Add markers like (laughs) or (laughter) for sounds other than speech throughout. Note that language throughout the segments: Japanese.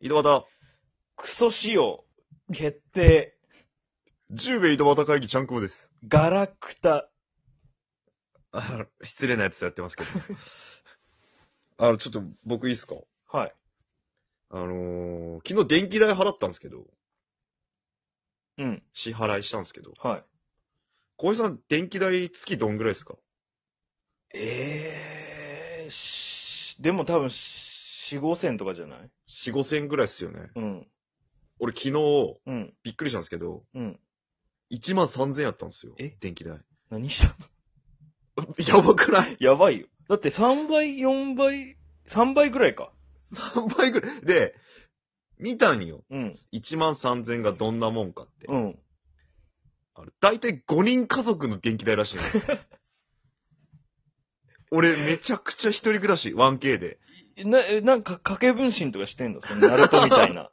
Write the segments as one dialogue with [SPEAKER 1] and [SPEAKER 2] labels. [SPEAKER 1] 井戸端、
[SPEAKER 2] クソ仕様、決定、
[SPEAKER 1] 十兵衛井戸端会議ちゃんこです。
[SPEAKER 2] ガラクタ。
[SPEAKER 1] あの、失礼なやつやってますけど。 (laughs) あの、ちょっと僕いいっすか
[SPEAKER 2] はい。
[SPEAKER 1] あのー、昨日電気代払ったんですけど、
[SPEAKER 2] うん、
[SPEAKER 1] 支払いしたんですけど、
[SPEAKER 2] はい。
[SPEAKER 1] 小林さん電気代月どんぐらいですか
[SPEAKER 2] えー、し、でも多分、四五千とかじゃない
[SPEAKER 1] 四五千ぐらいっすよね。
[SPEAKER 2] うん、
[SPEAKER 1] 俺昨日、
[SPEAKER 2] うん、
[SPEAKER 1] びっくりしたんですけど、
[SPEAKER 2] うん。
[SPEAKER 1] 一万三千やったんですよ。
[SPEAKER 2] え
[SPEAKER 1] 電気代。 (laughs)
[SPEAKER 2] 何したの
[SPEAKER 1] やばくない
[SPEAKER 2] やばいよ。だって3倍、4倍、3倍ぐらいか。
[SPEAKER 1] ?3 倍ぐらい。で、見たんよ。
[SPEAKER 2] うん、
[SPEAKER 1] 一万三千がどんなもんかって。
[SPEAKER 2] うん。
[SPEAKER 1] あれ、だいたい5人家族の電気代ら
[SPEAKER 2] (laughs)
[SPEAKER 1] しいのよ。俺、めちゃくちゃ一人暮らし、1K で。
[SPEAKER 2] な、えなんか、掛け分身とかしてんのその、ナルトみたい (laughs) な。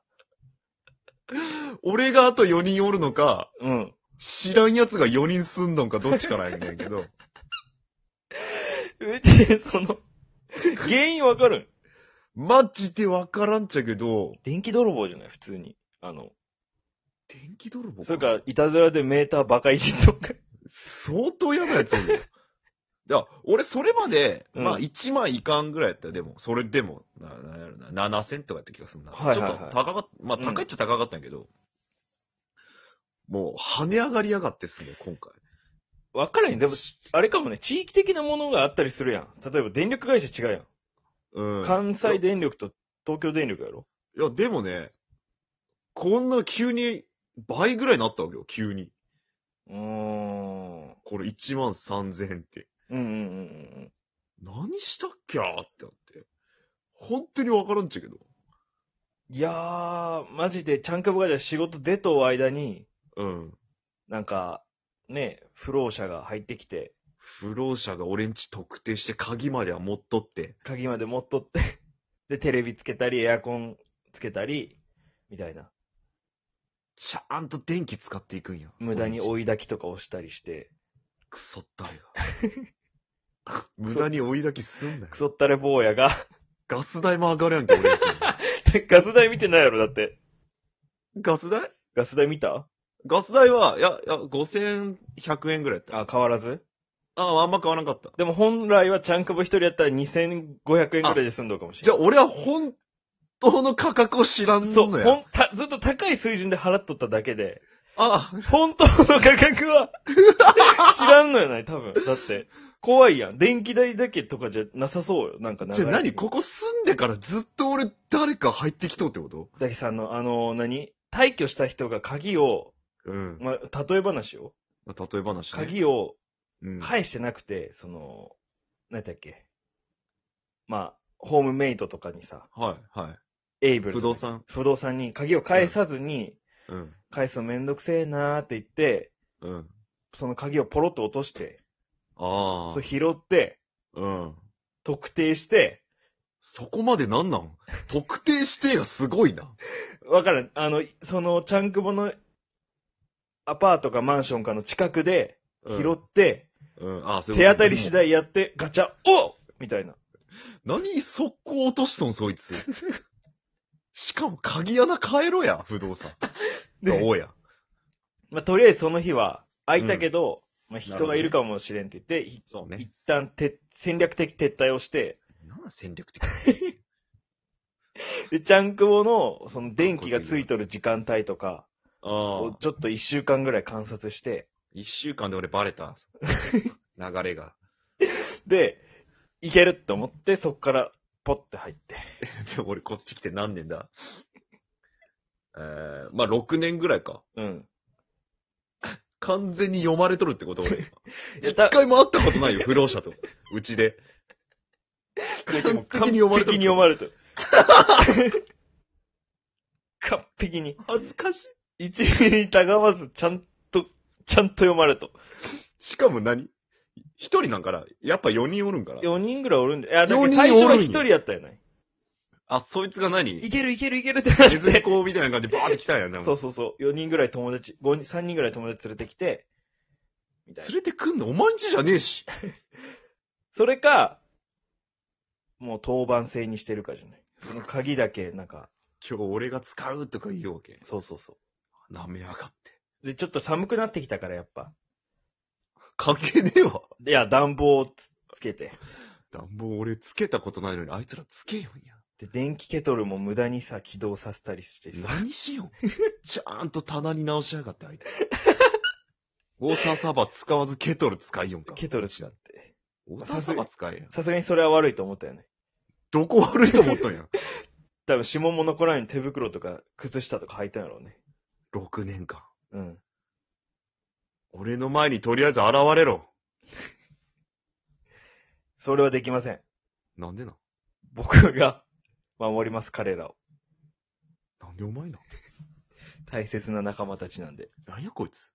[SPEAKER 1] 俺があと4人おるのか、
[SPEAKER 2] うん。
[SPEAKER 1] 知らん奴が4人住んのんかどっちかなんやけ
[SPEAKER 2] (laughs)
[SPEAKER 1] ど。
[SPEAKER 2] え、で、その、原因わかる
[SPEAKER 1] マジでわからんちゃけど、
[SPEAKER 2] 電気泥棒じゃない普通に。あの、
[SPEAKER 1] 電気泥棒
[SPEAKER 2] それから、いたずらでメーターバカいじっとく。
[SPEAKER 1] 相当嫌なやつ
[SPEAKER 2] (laughs)
[SPEAKER 1] おるよ。いや、俺それまで、
[SPEAKER 2] うん
[SPEAKER 1] まあ1万いかんぐらいやったら、でも、それでも、な、なんやろな、7000とかやった気がするな。
[SPEAKER 2] はいはいはい
[SPEAKER 1] ちょっと高かった、まあ
[SPEAKER 2] うん
[SPEAKER 1] 高いっちゃ高かったんやけど、もう跳ね上がりやがってっすね、今回。
[SPEAKER 2] わからへん。でも、あれかもね、地域的なものがあったりするやん。例えば電力会社違うやん。
[SPEAKER 1] うん。
[SPEAKER 2] 関西電力と東京電力やろ。
[SPEAKER 1] いや、でもね、こんな急に、倍ぐらいになったわけよ、急に。
[SPEAKER 2] うーん。うん
[SPEAKER 1] これ1万3000って。
[SPEAKER 2] うんうんうん
[SPEAKER 1] 何したっけーってなって。本当にわからんちゃけど。
[SPEAKER 2] うん。いやー、マジで、ちゃんかぶがじゃ仕事出とう間に、
[SPEAKER 1] うん。
[SPEAKER 2] なんか、ね、不老者が入ってきて、
[SPEAKER 1] 不老者が俺んち特定して鍵までは持っとって。
[SPEAKER 2] 鍵まで持っとって、 (laughs) で、テレビつけたり、エアコンつけたり、みたいな。
[SPEAKER 1] ちゃんと電気使っていくんよ。
[SPEAKER 2] 無駄に
[SPEAKER 1] 追い。
[SPEAKER 2] 追い抱きとか押したりして、
[SPEAKER 1] くそったれが。 (laughs) 無駄に追いだきすんなよ
[SPEAKER 2] ク。ソったれ坊やが、 (laughs)
[SPEAKER 1] ガス代も上がるやんけ、俺んち。
[SPEAKER 2] ガス代見てないやろ、だって。
[SPEAKER 1] ガス代
[SPEAKER 2] ガス代見た
[SPEAKER 1] ガス代は、いや、いや、5100円ぐらいやった。
[SPEAKER 2] あ、変わらず
[SPEAKER 1] ああ、あんま買わなかった。
[SPEAKER 2] でも本来はちゃんかぶ一人やったら2500円ぐらいで済んどるかもし
[SPEAKER 1] じ
[SPEAKER 2] れ
[SPEAKER 1] ゃ
[SPEAKER 2] な
[SPEAKER 1] あ、
[SPEAKER 2] い。
[SPEAKER 1] 俺は本当の価格を知らん
[SPEAKER 2] そ
[SPEAKER 1] の
[SPEAKER 2] う、
[SPEAKER 1] や。
[SPEAKER 2] ほ
[SPEAKER 1] あ
[SPEAKER 2] ん、た、ずっと高い水準で払っとっただけで、
[SPEAKER 1] あ、
[SPEAKER 2] 本当の価格は、知らんのやない、
[SPEAKER 1] (laughs)
[SPEAKER 2] 多分。だって、怖いやん。電気代だけとかじゃなさそうよ、なんか
[SPEAKER 1] じゃあ何
[SPEAKER 2] こ
[SPEAKER 1] ここ住んでからずっと俺誰か入ってきとうってこと
[SPEAKER 2] だけさんの、あの何退去した人が鍵を、
[SPEAKER 1] うん。
[SPEAKER 2] まあ、例え話よ。
[SPEAKER 1] まあ例え話ね。
[SPEAKER 2] 鍵を
[SPEAKER 1] うん。
[SPEAKER 2] 返してなくて、その、何だっけ。まあ、ホームメイトとかにさ、
[SPEAKER 1] はい、は
[SPEAKER 2] エイブ
[SPEAKER 1] い。
[SPEAKER 2] ル。
[SPEAKER 1] 不動。産。
[SPEAKER 2] 不動産に鍵を返さずに、
[SPEAKER 1] うん。
[SPEAKER 2] 返すのめんどくせえなーって言って、
[SPEAKER 1] うん。
[SPEAKER 2] その鍵をポロッと落として、
[SPEAKER 1] あ
[SPEAKER 2] それ拾って、
[SPEAKER 1] あ。うん。
[SPEAKER 2] 特定して、
[SPEAKER 1] そこまでなんなん特定してがすごいな。
[SPEAKER 2] わからん、あの、その、チャンクボのアパートかマンションかの近くで、 (laughs) 拾
[SPEAKER 1] うん
[SPEAKER 2] って、
[SPEAKER 1] うん。ああ、そういう
[SPEAKER 2] 手
[SPEAKER 1] こと
[SPEAKER 2] 当たり次。第やって、ガチャ、おうみたいな。
[SPEAKER 1] 何速攻落としとん、そい
[SPEAKER 2] (laughs)
[SPEAKER 1] つ。しかも鍵穴変えろや、不動
[SPEAKER 2] (laughs)
[SPEAKER 1] 産。
[SPEAKER 2] で、
[SPEAKER 1] おうや。
[SPEAKER 2] まあ、とりあえずその日は、空いたけど、まあ、人がいるかもしれんって言って、ひ
[SPEAKER 1] そうね
[SPEAKER 2] 一。旦て、戦略的撤退をして、
[SPEAKER 1] なんだ戦
[SPEAKER 2] (laughs)
[SPEAKER 1] 略的。
[SPEAKER 2] で、チャンクボの、その、電気がついとる時間帯とか、
[SPEAKER 1] あ
[SPEAKER 2] を
[SPEAKER 1] あ。
[SPEAKER 2] ちょっと一週間ぐらい観察して、
[SPEAKER 1] 一週間で俺バレた。流れ
[SPEAKER 2] (laughs)
[SPEAKER 1] が。
[SPEAKER 2] で、いけるって思って、そっから、ポッて入って。
[SPEAKER 1] でも俺こっち来て何年だえー、まあ6年ぐらいか。
[SPEAKER 2] うん。
[SPEAKER 1] 完全に読まれとるってこと (laughs) 俺。
[SPEAKER 2] いや
[SPEAKER 1] 一
[SPEAKER 2] た
[SPEAKER 1] 回も会ったことないよ、不老者と。うちで。完璧に読まれとる
[SPEAKER 2] 完璧に読まれとる。 (laughs) 完璧に。
[SPEAKER 1] 恥ずかしい。
[SPEAKER 2] 一ミリたがわず、ちゃんと、ちゃんと読まれと。
[SPEAKER 1] しかも何一人なんかなやっぱ4人おるんかな
[SPEAKER 2] 4人ぐらいおるんで。いや、だ
[SPEAKER 1] 四
[SPEAKER 2] け
[SPEAKER 1] 人
[SPEAKER 2] ど最初
[SPEAKER 1] お
[SPEAKER 2] は
[SPEAKER 1] るん
[SPEAKER 2] 一
[SPEAKER 1] や
[SPEAKER 2] 人やったよね。
[SPEAKER 1] あ、そいつが
[SPEAKER 2] い
[SPEAKER 1] 何
[SPEAKER 2] けるいけるいけるってなっ
[SPEAKER 1] ねずみ
[SPEAKER 2] て。
[SPEAKER 1] 子みたいな感じでバーって来たんやな。
[SPEAKER 2] そうそうそう。4人ぐらい友達、5人、3人ぐらい友達連れてきて、みたい
[SPEAKER 1] 連
[SPEAKER 2] な。
[SPEAKER 1] れてくんのお前んちじゃねえし。
[SPEAKER 2] それか、もう当番制にしてるかじゃない。その鍵だけ、なんか、
[SPEAKER 1] 今日俺が使うとか言おうけ。
[SPEAKER 2] そうそうそ
[SPEAKER 1] 舐めやがって。
[SPEAKER 2] う。で、ちょっと寒くなってきたからやっぱ。
[SPEAKER 1] 関係ねえわ。
[SPEAKER 2] いや、暖房をつつけて。
[SPEAKER 1] 暖房俺つけたことないのに、あいつらつけよんや。
[SPEAKER 2] で、電気ケトルも無駄にさ、起動させたりしてさ。
[SPEAKER 1] 何しよん。 (laughs) ちゃんと棚に直しやがって、あ (laughs) いつ。ウォーターサーバー使わずケトル使いよんか。
[SPEAKER 2] ケトル
[SPEAKER 1] ち
[SPEAKER 2] 使
[SPEAKER 1] だ
[SPEAKER 2] っ
[SPEAKER 1] って。
[SPEAKER 2] て。
[SPEAKER 1] ウォーターサーバー使えや。
[SPEAKER 2] さすがにそれは悪いと思ったよね。
[SPEAKER 1] (laughs) どこ悪いと思ったんや。
[SPEAKER 2] 多分指紋も残らないように手袋とか靴下とか履いたんやろうね。
[SPEAKER 1] 6年間。
[SPEAKER 2] うん。
[SPEAKER 1] 俺の前にとりあえず現れろ。
[SPEAKER 2] それはできません。
[SPEAKER 1] なんでな。
[SPEAKER 2] 僕が守ります、彼らを。
[SPEAKER 1] なんでお前な。
[SPEAKER 2] 大切な仲間たちなんで。
[SPEAKER 1] なんやこいつ。